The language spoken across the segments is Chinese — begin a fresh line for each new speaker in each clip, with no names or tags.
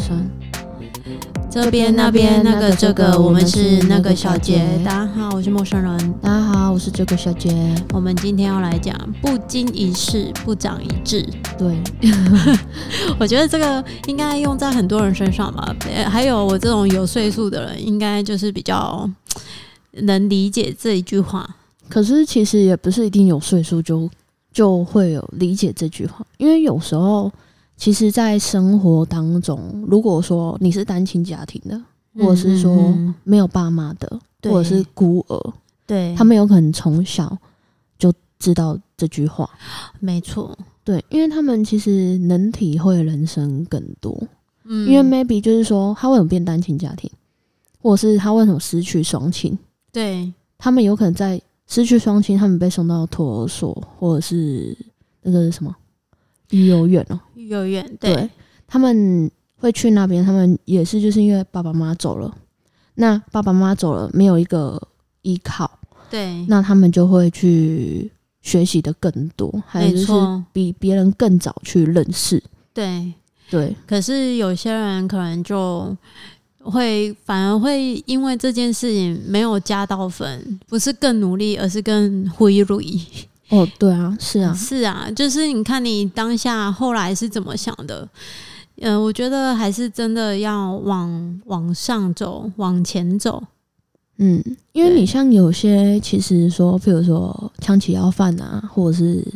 声。这边、那边、那个、这个，我们是那个小姐。大家好，我是陌生人。
大家好，我是这个小姐。
我们今天要来讲“不经一事不长一智
对，”。
我觉得这个应该用在很多人身上吧，呃还有我这种有岁数的人，应该就是比较能理解这一句话。
可是其实也不是一定有岁数就就会有理解这句话，因为有时候其实，在生活当中，如果说你是单亲家庭的，或者是说
嗯嗯
没有爸妈的，
对
或者是孤儿，
对
他们有可能从小就知道这句话。
没错，
对，因为他们其实能体会人生更多。
嗯
因为 maybe 就是说，他为什么变单亲家庭，或者是他为什么失去双亲，
对
他们有可能在失去双亲，他们被送到托儿所，或者是那个是什么育幼院哦、
幼儿园
对，他们会去那边，他们也是就是因为爸爸妈妈走了，那爸爸妈妈走了，没有一个依靠，
对，
那他们就会去学习的更多，还有
没
就是
错，
比别人更早去认识。
对。
对，
可是有些人可能就会反而会因为这件事情没有加到分，不是更努力，而是更挥如意。
哦，对啊，是啊，
是啊，就是你看你当下后来是怎么想的？嗯、我觉得还是真的要往往上走，往前走。
嗯，因为
对
你像有些其实说，譬如说枪击要犯啊，或者是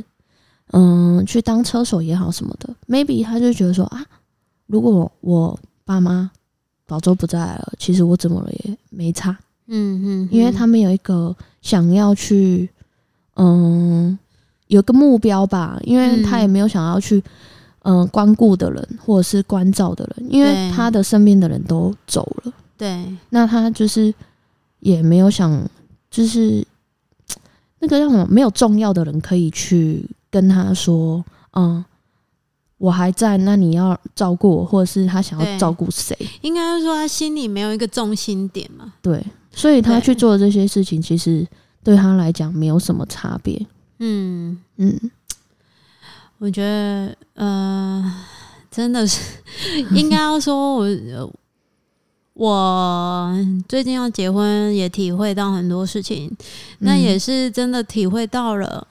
嗯去当车手也好什么的，maybe 他就觉得说啊，如果我爸妈老周不在了，其实我怎么了也没差，
嗯嗯，
因为他们有一个想要去嗯有个目标吧，因为他也没有想要去。嗯，关顾的人或者是关照的人，因为
对
他的身边的人都走了，
对
那他就是也没有想，就是那个叫什么，没有重要的人可以去跟他说，嗯，我还在，那你要照顾我，或者是他想
对
要照顾谁，
应该说他心里没有一个重心点嘛。
对，所以他
对
去做的这些事情，其实对他来讲没有什么差别，
嗯，
嗯，
我觉得，呃，真的是 应该要说我，呃我最近要结婚，也体会到很多事情，那
嗯
也是真的体会到了，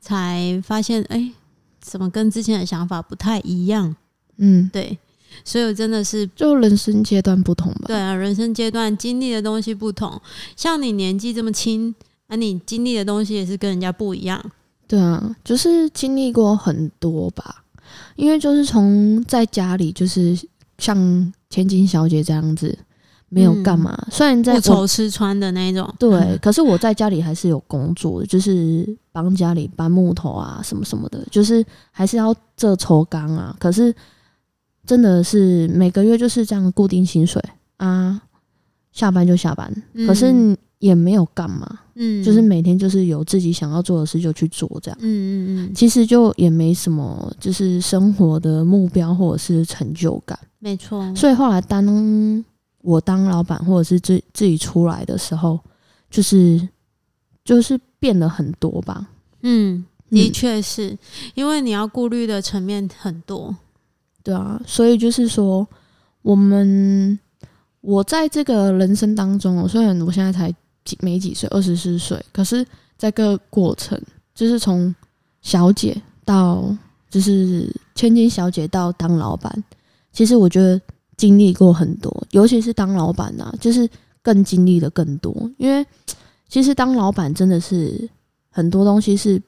才发现，哎、怎么跟之前的想法不太一样？
嗯，
对，所以我真的是。
就人生阶段不同吧，
对啊，人生阶段经历的东西不同，像你年纪这么轻，啊，你经历的东西也是跟人家不一样。
对啊，就是经历过很多吧，因为就是从在家里，就是像千金小姐这样子，没有干嘛。
嗯
虽然在
不
我
愁吃穿的那一种。
对，可是我在家里还是有工作的，就是帮家里搬木头啊，什么什么的，就是还是要这抽岗啊。可是真的是每个月就是这样固定薪水啊，下班就下班，
嗯
可是也没有干嘛，
嗯，
就是每天就是有自己想要做的事就去做这样。
嗯嗯嗯，
其实就也没什么，就是生活的目标或者是成就感。
没错，
所以后来当我当老板或者是自自己出来的时候，就是就是变了很多吧。
嗯，的
嗯
确是、因为你要顾虑的层面很多。
对啊，所以就是说，我们我在这个人生当中哦，虽然我现在才几没几岁，二十四岁，可是在这个过程，就是从小姐到就是千金小姐到当老板，其实我觉得经历过很多，尤其是当老板啊，就是更经历的更多，因为其实当老板真的是很多东西是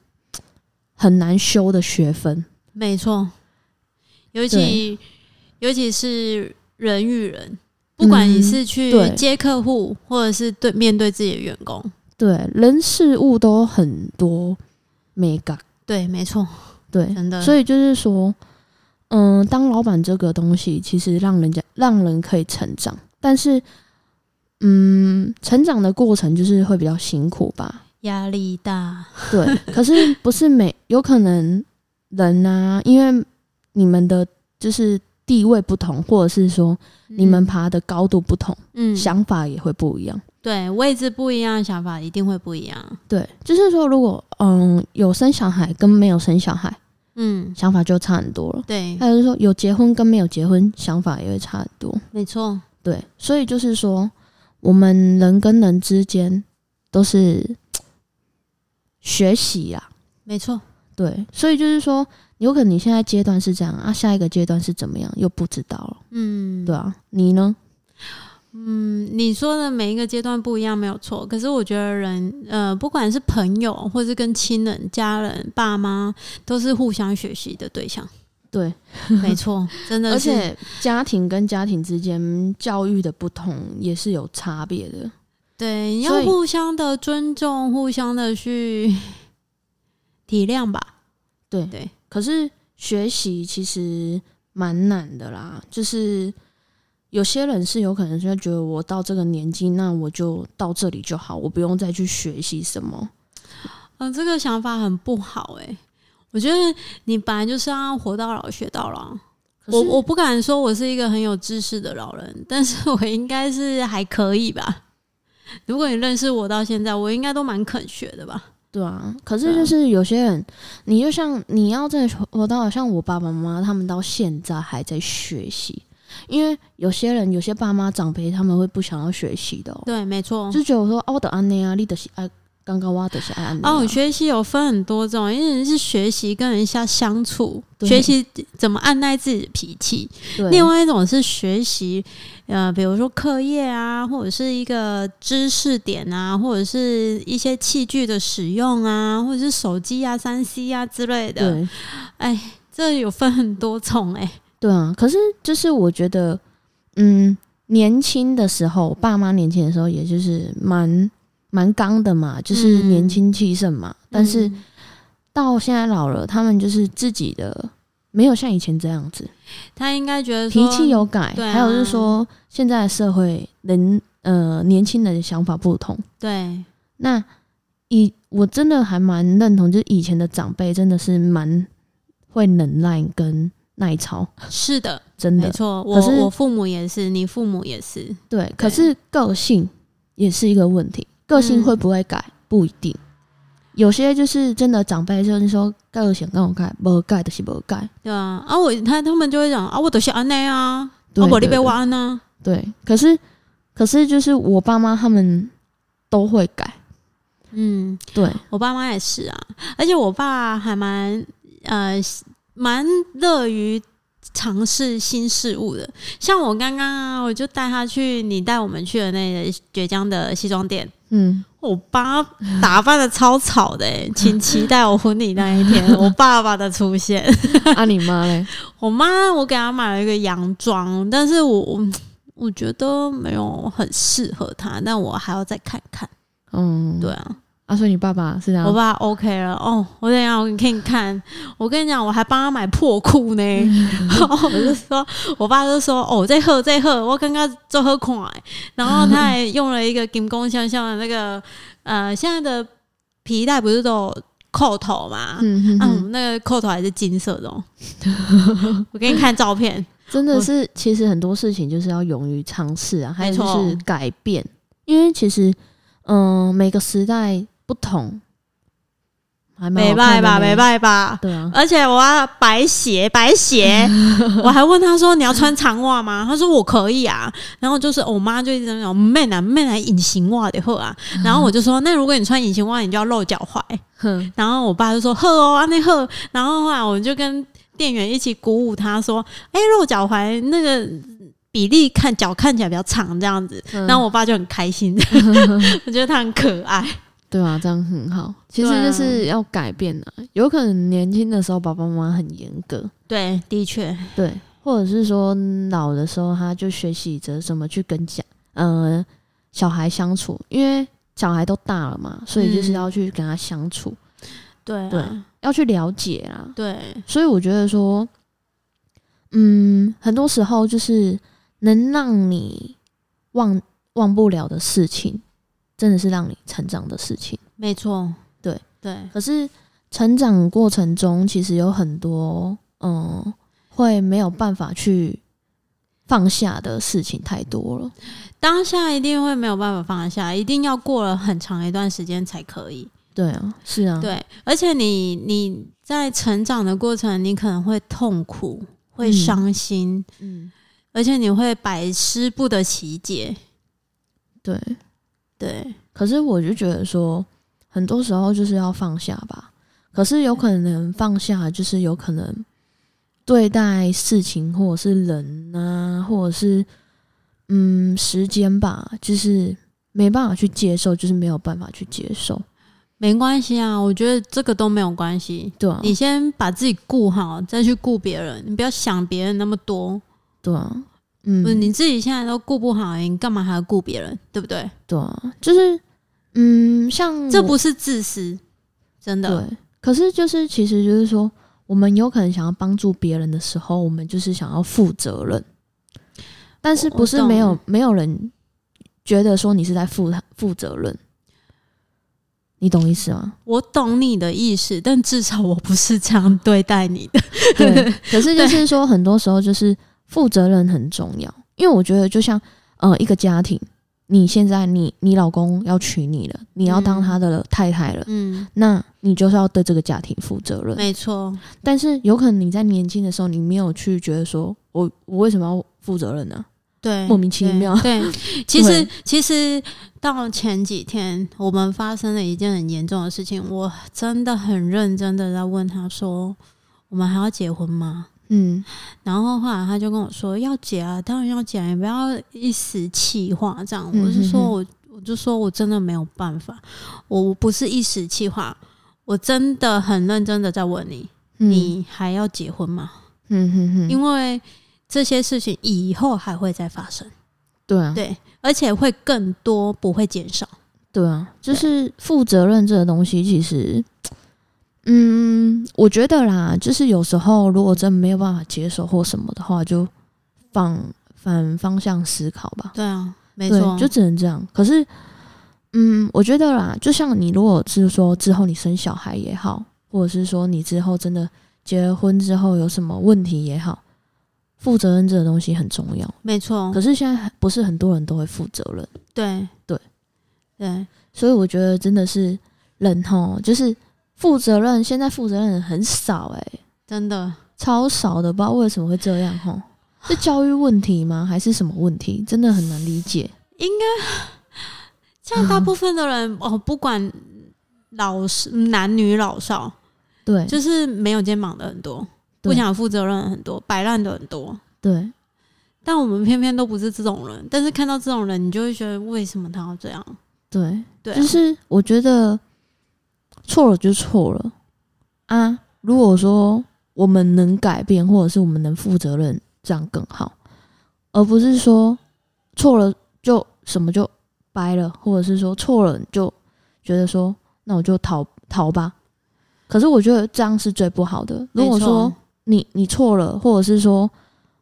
很难修的学分，
没错，尤其尤其是人与人，不管你是去
嗯对
接客户，或者是对面对自己的员工，
对，人事物都很多美感，
对，没错，
对，
真的
所以就是说，嗯，当老板这个东西，其实让人家让人可以成长，但是，嗯，成长的过程就是会比较辛苦吧，
压力大。
对。可是不是每有可能人啊，因为你们的就是地位不同，或者是说你们爬的高度不同，
嗯，
想法也会不一样。
对位置不一样，想法一定会不一样。
对，就是说，如果嗯有生小孩跟没有生小孩，
嗯，
想法就差很多了。
对，
还有就是说，有结婚跟没有结婚想法也会差很多。
没错，
对，所以就是说，我们人跟人之间都是学习啦。
没错，
对，所以就是说，有可能你现在阶段是这样啊，下一个阶段是怎么样又不知道了。
嗯，
对啊，你呢？
嗯，你说的每一个阶段不一样，没有错。可是我觉得人，呃，不管是朋友，或是跟亲人、家人、爸妈，都是互相学习的对象。
对，
没错，真的
而
是，
且家庭跟家庭之间教育的不同也是有差别的。
对，你
所
要
以
互相的尊重，互相的去体谅吧。
对
对，
可是学习其实蛮难的啦，就是有些人是有可能就觉得我到这个年纪，那我就到这里就好，我不用再去学习什么。
嗯、这个想法很不好哎、我觉得你本来就是要活到老学到老。
可是
我我不敢说我是一个很有知识的老人，但是我应该是还可以吧。如果你认识我到现在，我应该都蛮肯学的吧？
对啊，可是就是有些人，你就像你要在活到像我爸爸妈妈他们到现在还在学习，因为有些人有些爸妈长辈他们会不想要学习的、哦，
对，啊没错。
就觉得说哦，我的安内啊，你的是爱，刚刚我的是爱安内、啊。
哦，学习有分很多种，一人是学习跟人家相处，
对
学习怎么按耐自己的脾气；
对
另外一种是学习，呃，比如说课业啊，或者是一个知识点啊，或者是一些器具的使用啊，或者是手机啊、三 C 啊之类的。
对
这有分很多种哎、
对啊，可是就是我觉得，嗯，年轻的时候，爸妈年轻的时候，也就是蛮蛮刚的嘛，就是
嗯
年轻气盛嘛。但是
嗯
到现在老了，他们就是自己的没有像以前这样子，
他应该觉得
脾
说
气有改，
对啊
还有就是说，现在的社会人呃年轻人的想法不同。
对，
那以我真的还蛮认同，就是以前的长辈真的是蛮会忍耐跟耐操，
是的，
真
没
的
错。
可是
我我父母也是，你父母也是，
对，可是个性也是一个问题，
嗯
个性会不会改、不一定。有些就是真的长辈就是说，个性跟我改，没改就是没改。
对啊。啊，我他他们就会讲啊，我都是安内啊，啊，
对
我你啊被
对
挖呢，
对，对可是可是就是我爸妈他们都会改，
嗯，
对
我爸妈也是啊，而且我爸还蛮呃蛮乐于尝试新事物的。像我刚刚啊，我就带他去你带我们去的那个倔强的西装店，
嗯，
我爸打扮的超吵的、欸，请期待我婚礼那一天，我爸爸的出现。
啊你妈嘞，
我妈，我给她买了一个洋装，但是我我我觉得没有很适合她，但我还要再看看。
嗯，
对啊，
啊，所以你爸爸是这样，
我爸 OK 了哦。我等一下我给你看，我跟你讲，我还帮他买破裤呢。
嗯
然后我就说，我爸就说哦，这喝这喝，我刚刚就喝款。然后他还用了一个金光香香的那个呃，现在的皮带不是都有扣头嘛？
嗯嗯
嗯，我
嗯，
们那个扣头还是金色 的、哦。我给你看照片，
真
嗯
的是，其实很多事情就是要勇于尝试啊，还有就
没
是
错
改变，因为其实，嗯、每个时代不同，还蛮
没
好
拜
看的
吧，
呢
没，拜吧。
对啊，
而且我要白鞋，白 鞋。我还问他说：“你要穿长袜吗？”他说：“我可以啊。”然后就是我妈就一直在那种妹男妹男啊隐形袜的喝啊。然后我就说：“那如果你穿隐形袜，你就要露脚踝。
哼”，
然后我爸就说：“喝哦，啊那喝。”然后后来我就跟店员一起鼓舞他说：“哎、露脚踝那个比例看脚看起来比较长这样子。”然后我爸就很开 心，我觉得他很可爱。
对啊，这样很好。其实
对啊
就是要改变啊，有可能年轻的时候爸爸妈妈很严格，
对，的确，
对，或者是说老的时候他就学习着怎么去跟家呃小孩相处，因为小孩都大了嘛，所以就是
嗯
要去跟他相处，
对、啊、
对要去了解啊，
对，
所以我觉得说，嗯，很多时候就是能让你忘忘不了的事情，真的是让你成长的事情。
没错，
对
对。
可是成长过程中，其实有很多嗯，会没有办法去放下的事情太多了。
当下一定会没有办法放下，一定要过了很长一段时间才可以。
对啊，是啊，
对，而且你你在成长的过程，你可能会痛苦，会
嗯
伤心，
嗯，
而且你会百思不得其解。
对。
对，
可是我就觉得说，很多时候就是要放下吧。可是有可能放下，就是有可能对待事情或者是人啊，或者是嗯时间吧，就是没办法去接受，就是没有办法去接受，
没关系啊，我觉得这个都没有关系。
对啊，
你先把自己顾好，再去顾别人。你不要想别人那么多，
对啊，
不是
嗯，
你自己现在都顾不好，你干嘛还要顾别人？对不对？
对啊，就是嗯，像
这
我
不是自私，真的。
对，可是就是其实就是说，我们有可能想要帮助别人的时候，我们就是想要负责任，但是
我
不
我
是
懂
没有没有人觉得说你是在负负责任，你懂意思 吗？
我懂你的意思，但至少我不是这样对待你的。
对，可是就是说，很多时候就是负责任很重要，因为我觉得就像呃一个家庭，你现在你你老公要娶你了，你要当
嗯
他的太太了，
嗯，
那你就是要对这个家庭负责任。
没错，
但是有可能你在年轻的时候，你没有去觉得说我我为什么要负责任呢、
对，
莫名其妙
对， 对其实其实到前几天，我们发生了一件很严重的事情，我真的很认真的在问他说：“我们还要结婚吗
嗯，？”
然后后来他就跟我说：“要结啊，当然要结啊，你不要一时气话这样。”
嗯
我是说
嗯嗯
我我就说我真的没有办法，我我不是一时气话，我真的很认真的在问你，你还要结婚吗？
嗯哼哼，
因为这些事情以后还会再发生。
对啊，
对，而且会更多，不会减少。
对啊，就是负责任这个东西，其实，嗯，我觉得啦，就是有时候如果真没有办法接受或什么的话，就反反方向思考吧。
对啊，没
对
错，，
就只能这样。可是，嗯，我觉得啦，就像你如果是说之后你生小孩也好，或者是说你之后真的结了婚之后有什么问题也好，负责任这个东西很重要。
没错
可，是现在不是很多人都会负责任，
对
对
对，
所以我觉得真的是人吼，就是负责任，现在负责任很少诶、
真 的
超少的，不知道为什么会这样吼。是教育问题吗？还是什么问题？真的很难理解。
现在大部分的人、哦，不管老少男女老少，
对，
就是没有肩膀的很多，
对
不想负责任的很多，摆烂的很多。
对，
但我们偏偏都不是这种人，但是看到这种人，你就会觉得为什么他要这样？
对，
对啊、
就是我觉得错了就错了啊。如果说我们能改变，或者是我们能负责任，这样更好，而不是说错了就什么就掰了，或者是说错了就觉得说那我就逃逃吧。可是我觉得这样是最不好的。如果
没错
说你你错了，或者是说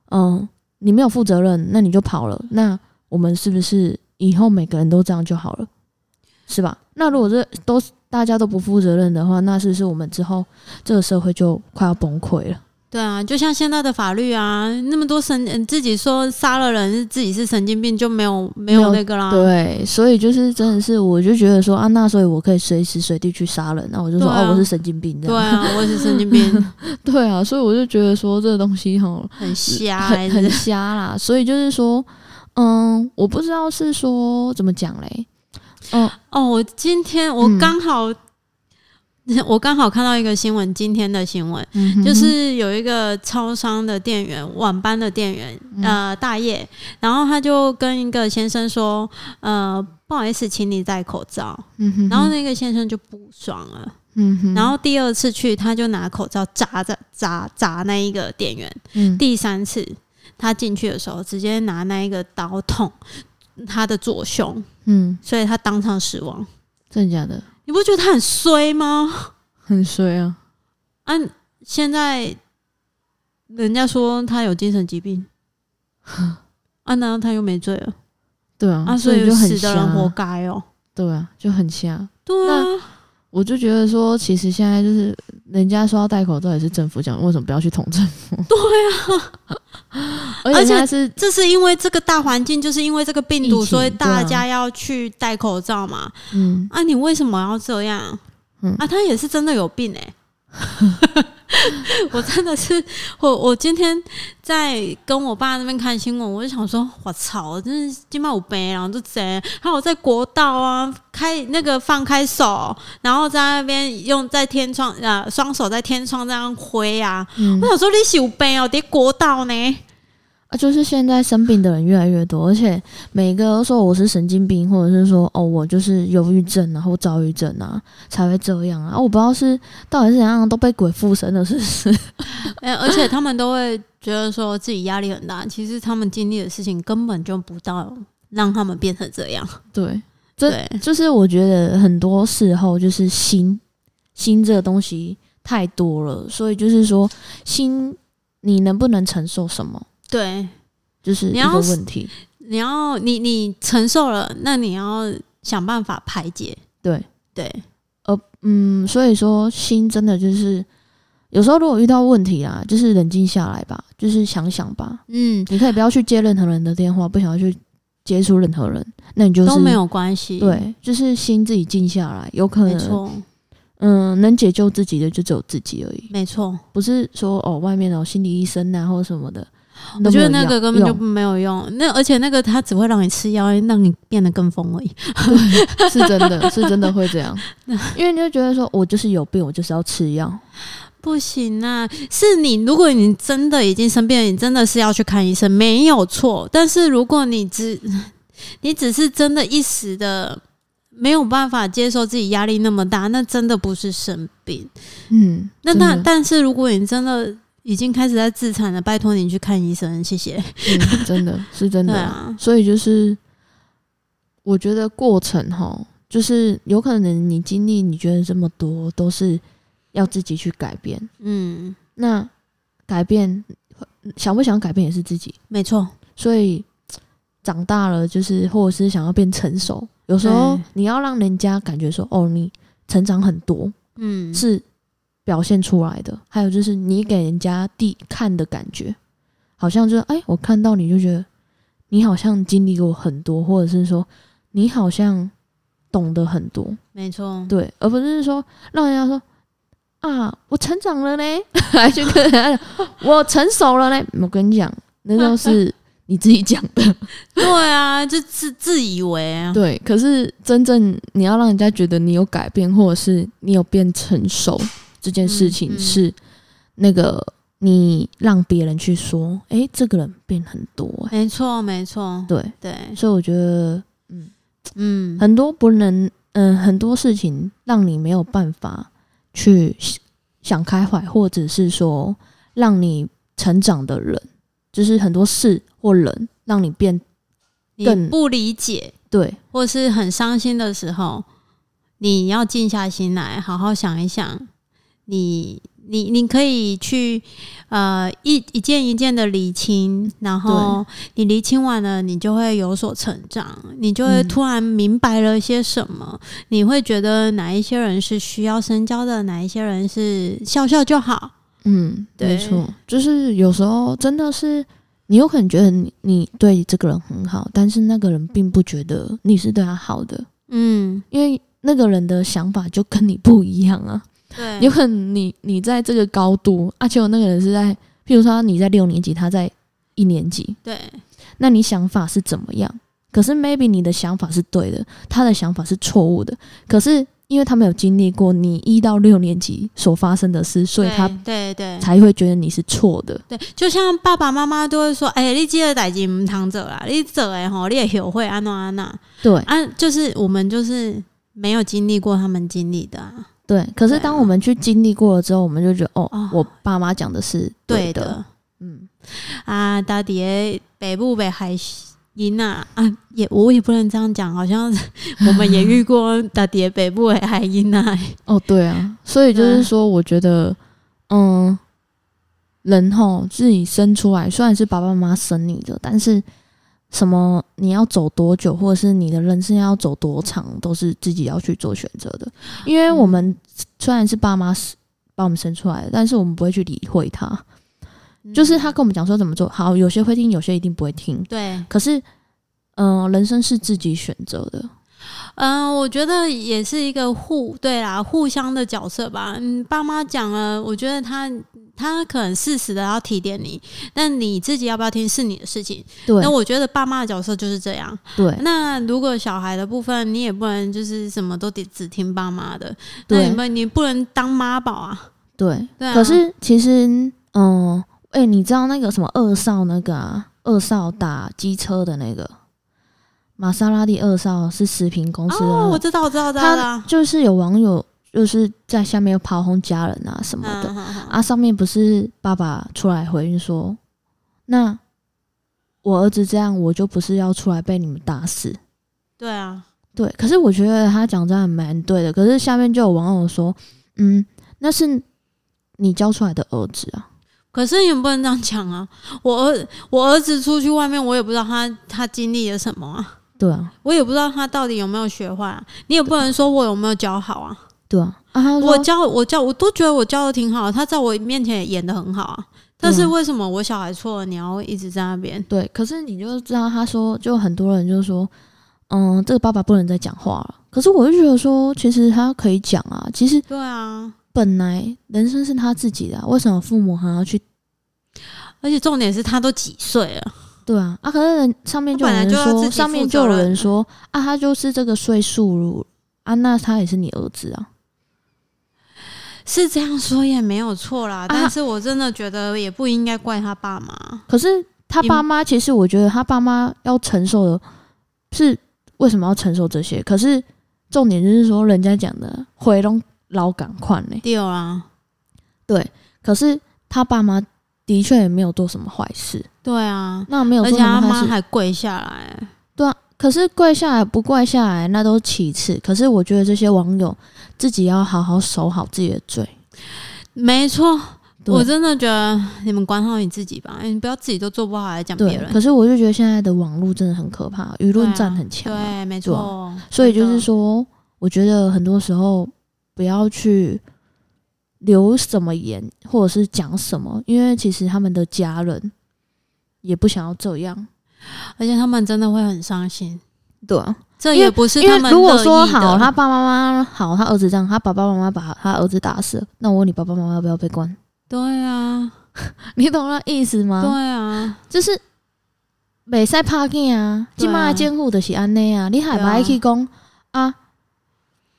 嗯你没有负责任，那你就跑了，那我们是不是以后每个人都这样就好了？是吧？那如果这都是大家都不负责任的话，那是不是我们之后这个社会就快要崩溃了？
对啊，就像现在的法律啊，那么多神嗯自己说杀了人自己是神经病，就没有没
没
有
有
那个啦。
对，所以就是真的是，我就觉得说啊，那所以我可以随时随地去杀人，那我就说、
对啊
哦，我是神经病这
对
样。
啊，我也是神经病，
对啊，所以我就觉得说这个东西哈，
很瞎、欸，
很很瞎啦。所以就是说，嗯，我不知道是说怎么讲嘞，
哦，我今天我
嗯
刚好， 我刚好看到一个新闻，今天的新闻、
嗯
就是有一个超商的店员，晚班的店员，
嗯
呃，大爷，然后他就跟一个先生说，呃，不好意思，请你戴口罩。
嗯哼，
然后那个先生就不爽了，
嗯哼，
然后第二次去他就拿口罩砸着砸砸那一个店员，
嗯
第三次他进去的时候，直接拿那一个刀捅他的左胸，
嗯，
所以他当场死亡。
真的假的，
你不觉得他很衰吗？
很衰啊。
啊，现在人家说他有精神疾病， 啊，然后他又没罪了，
对啊，
啊，
所
所以
就很
死的
瞎
人，活该哦。
对啊，就很瞎。
对啊，
我就觉得说，其实现在就是人家说要戴口罩也是政府讲，为什么不要去捅政府？对啊， 而
而
且
且
现在是
这是因为这个大环境，就是因为这个病
疫
毒，
情
所以大
对啊
家要去戴口罩嘛。
嗯，
啊，你为什么要这样？
嗯
啊，他也是真的有病哎、 我真的是，我我今天在跟我爸那边看新闻，我就想说，我操，真是今晚有病，然后就贼，还有在国道啊开那个放开手，然后在那边用在天窗啊，双手在天窗这样挥啊，
嗯
我，想说你是有病哦、在国道呢，
啊，就是现在生病的人越来越多，而且每个都说我是神经病，或者是说哦我就是忧郁症啊或躁郁症啊才会这样啊，啊我不知道是到底是怎样都被鬼附身了，是不是？
哎、而且他们都会觉得说自己压力很大，其实他们经历的事情根本就不到让他们变成这样。
对，这
对，
就是我觉得很多时候就是心，心这个东西太多了，所以就是说心你能不能承受什么，
对，
就是一
你要
个
是
问题。
你要你你承受了，那你要想办法排解。
对
对，
嗯，所以说心真的就是有时候如果遇到问题啦，就是冷静下来吧，就是想想吧。
嗯，
你可以不要去接任何人的电话，不想要去接触任何人，那你就是
都没有关系。，
对，就是心自己静下来，有可
没
能
错，
嗯，能解救自己的就只有自己而已，
没错。
不是说哦外面的心理医生啊或者什么的。
我
都
觉
没有
得那个
用
根本就
用
没有用，那而且那个它只会让你吃药，让你变得更疯而已。
是真的，是真的会 这样，因为你就觉得说我就是有病，我就是要吃药，
不行啊！是你，如果你真的已经生病了，你真的是要去看医生，没有错。但是如果你只 你只是真的一时的没有办法接受自己压力那么大，那真的不是生病。
嗯，
那
真的
那但是如果你真的已经开始在自残了，拜托你去看医生，谢谢。
嗯 真的是真
对
的，
啊，
所以就是，我觉得过程哈，就是有可能你经历你觉得这么多都是要自己去改变，
嗯，
那改变想不想改变也是自己，
没错，
所以长大了就是或者是想要变成熟，有时候
对
你要让人家感觉说哦，你成长很多
嗯，
是表现出来的，还有就是你给人家第看的感觉，好像就是哎、我看到你就觉得你好像经历过很多，或者是说你好像懂得很多，
没错，
对，而不是说让人家说啊，我成长了嘞， 还去跟人家讲我成熟了嘞。我跟你讲，那都是你自己讲的，
对啊，就自自以为啊，
对。可是真正你要让人家觉得你有改变，或者是你有变成熟，这件事
嗯
情
嗯
是那个你让别人去说，诶，这个人变很多、诶
没错，没错，
对。
对，
所以我觉得
嗯，
很多不能，嗯、很多事情让你没有办法去想想开怀，或者是说让你成长的人，就是很多事或人让你变
你
更
不理解
对，
或是很伤心的时候，你要静下心来，好好想一想，你你你可以去呃一一件一件的理清，然后你理清完了，你就会有所成长，你就会
嗯
突然明白了些什么，你会觉得哪一些人是需要深交的，哪一些人是笑笑就好。
嗯，
对
没错，就是有时候真的是你有可能觉得你你对这个人很好，但是那个人并不觉得你是对他好的，
嗯，
因为那个人的想法就跟你不一样啊。
对，
有可能你你在这个高度，而且我那个人是在，譬如说你在六年级，他在一年级，
对，
那你想法是怎么样？可是 maybe 你的想法是对的，他的想法是错误的。可是因为他没有经历过你一到六年级所发生的事，所以他
对对对
才会觉得你是错的。
对，就像爸爸妈妈都会说：“哎、你这个代志唔通做啦，啊你做诶吼，你会后悔安怎安那。”
对
啊，就是我们就是没有经历过他们经历的、啊，
对，可是
对啊
当我们去经历过了之后，我们就觉得哦，
哦
我爸妈讲的是
对
的。
的
嗯，
啊，到底诶北部北海赢啊啊，也我也不能这样讲，好像我们也遇过到底的北部的海赢啊，
哦，对啊，所以就是说，我觉得，嗯，人吼自己生出来，虽然是爸爸妈妈生你的，但是什么你要走多久，或者是你的人生要走多长，都是自己要去做选择的。因为我们虽然是爸妈生把我们生出来的，但是我们不会去理会他，就是他跟我们讲说怎么做，好，有些会听，有些一定不会听。
嗯对呃
可是，嗯、人生是自己选择的，
嗯，我觉得也是一个互对啦，互相的角色吧。嗯，爸妈讲了，我觉得他他可能适时的要提点你，但你自己要不要听是你的事情。
对
那我觉得爸妈的角色就是这样。
对
那如果小孩的部分，你也不能就是什么都得只听爸妈的，那你
对
不你不能当妈宝啊。
对。
对啊，
可是其实，嗯，哎、你知道那个什么二少那个啊，二少打机车的那个玛莎拉蒂二少是食品公司的那个、
哦，我知道，我知道，我知道
他
了。
就是有网友就是在下面炮轰家人啊什么的，
嗯，好好
啊，上面不是爸爸出来回应说，那我儿子这样，我就不是要出来被你们打死。
对啊，
对，可是我觉得他讲真的蛮对的。可是下面就有网友说，嗯，那是你教出来的儿子啊，
可是你们不能这样讲啊！我儿我儿子出去外面，我也不知道他他经历了什么啊，
对啊，
我也不知道他到底有没有学坏啊。你也不能说我有没有教好啊！
对啊，啊，他
我
说
教我教我都觉得我教的挺好的，他在我面前也演的很好啊。但是
嗯
为什么我小孩错了，你要一直在那边？
对，可是你就知道，他说就很多人就说，嗯，这个爸爸不能再讲话了。可是我就觉得说，其实他可以讲啊，其实
对啊，
本来人生是他自己的啊、为什么父母还要去？
而且重点是他都几岁了，
对啊，啊，可是人上面就有
他本
人
来就要自
说，
己
上面
负
就
责
有
任
人说啊，他就是这个岁数啊，那他也是你儿子啊，
是这样说也没有错
啊
啦。但是我真的觉得也不应该怪他爸妈。
可是他
你
爸妈其实我觉得他爸妈要承受的是为什么要承受这些？可是重点就是说，人家讲的回笼老赶快呢，
对啊，
可是他爸妈的确也没有做什么坏事，
对啊，
那没有
而
做
且
什
他
么
妈
坏事，
还跪下来。
对啊。可是跪下来不跪下来那都是其次，可是我觉得这些网友自己要好好守好自己的罪。
没错，
对
我真的觉得你们管好你自己吧，你不要自己都做不好还讲别
对，
人。
可是我就觉得现在的网络真的很可怕，舆论战很强、啊，
对，没错。
所以就
真
是
的，
说，我觉得很多时候不要去留什么言，或者是讲什么，因为其实他们的家人也不想要这样。
而且他们真的会很伤心，
对啊，
这
因为
也不是
因
他
为
们
如果
乐
说
意的
好，他爸爸妈妈好，他儿子这样，他爸爸妈妈把他儿子打死了，那我问你爸爸妈妈要不要被关？
对啊，
你懂那意思
对
吗？
啊，
就是袂使拍囝啊，
对啊
即卖监护就是安尼啊，你还不爱去讲啊？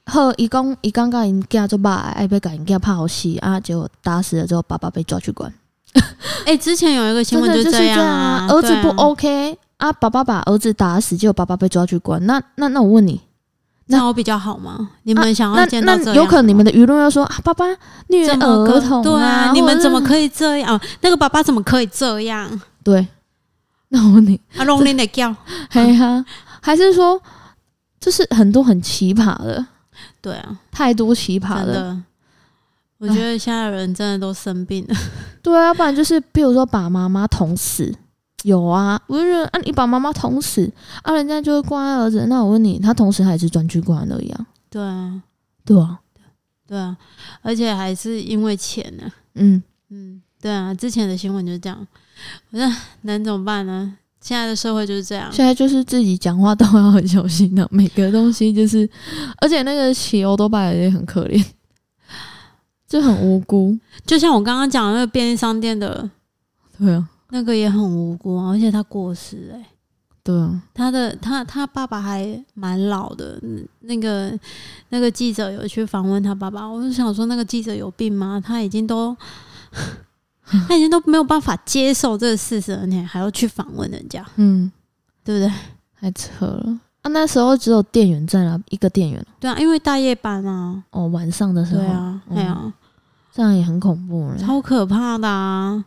好，伊讲伊感觉因囝做歹，爱要甲因囝拍好死啊，结果打死了之后，爸爸被抓去关，
哎，之前有一个新
真
闻
的就是
这
这样
啊，
儿子
对啊
不 OK 啊，爸爸把儿子打死，结果爸爸被抓去关，那那那我问你，
这样我比较好吗？你们想
啊那
要见到这
那
样
有可能你们
吗
的舆论又说啊，爸爸虐
怎么可
儿童
对
啊，
你
或者
们
是
怎么可以这样？啊那个爸爸怎么可以这样？
对？那我问你，
啊，弄你的叫，
嘿哈，还是说就是很多很奇葩的，
对啊，
太多奇葩
真
的，
的。我觉得现在人真的都生病了，
对啊，要不然就是比如说把妈妈捅死，有啊，我就觉得啊，你把妈妈捅死啊，人家就会关爱儿子，那我问你，他同时还是专去关而已啊，
对啊，
对啊，
对啊，而且还是因为钱啊呢、
嗯，
嗯，对啊，之前的新闻就是这样，我说能怎么办呢？现在的社会就是这样，
现在就是自己讲话都要很小心的、 每个东西就是，而且那个骑欧多巴也很可怜， 就很无辜，
就像我刚刚讲的那个便利商店的
对啊，
那个也很无辜啊，而且他过世哎、
对啊，
他的他他爸爸还蛮老的，嗯那个那个记者有去访问他爸爸，我就想说那个记者有病吗？他已经都他已经都没有办法接受这个事实了，你还要去访问人家，
嗯，
对不对？
太扯了啊，那时候只有店员在啊，一个店员
对啊，因为大夜班啊，
哦，晚上的时候，
对啊，
嗯
对啊，
这样也很恐怖了，
超可怕的啊！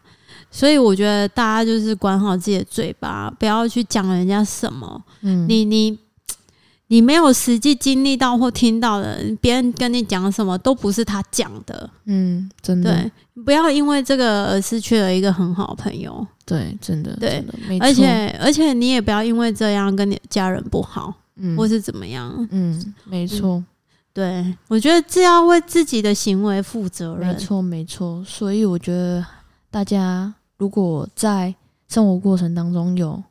所以我觉得大家就是管好自己的嘴巴，不要去讲人家什么。
嗯，
你你你没有实际经历到或听到的，别人跟你讲什么都不是他讲的。
嗯，真的。
对，不要因为这个而失去了一个很好的朋友，
对，真的，
对
真的，没错
而且而且你也不要因为这样跟你的家人不好，
嗯，
或是怎么样。
嗯，没错，
对我觉得这要为自己的行为负责
没
任。
错，没错。所以我觉得大家如果在生活过程当中有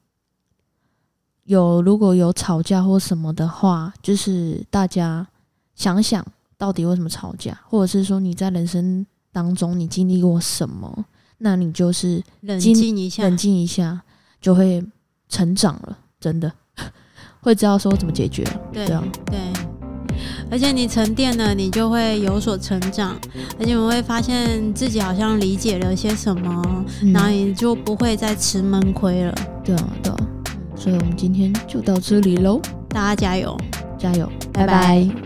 有如果有吵架或什么的话，就是大家想想到底为什么吵架，或者是说你在人生当中你经历过什么，那你就是
冷
今
静一下
冷，静一下，就会成长了，真的 会知道说怎么解决。
对
对啊，
对。而且你沉淀了，你就会有所成长，而且你会发现自己好像理解了些什么，
嗯
然后你就不会再吃闷亏了。
对啊，对啊，所以我们今天就到这里喽，
大家加油！
加油，
拜拜
拜拜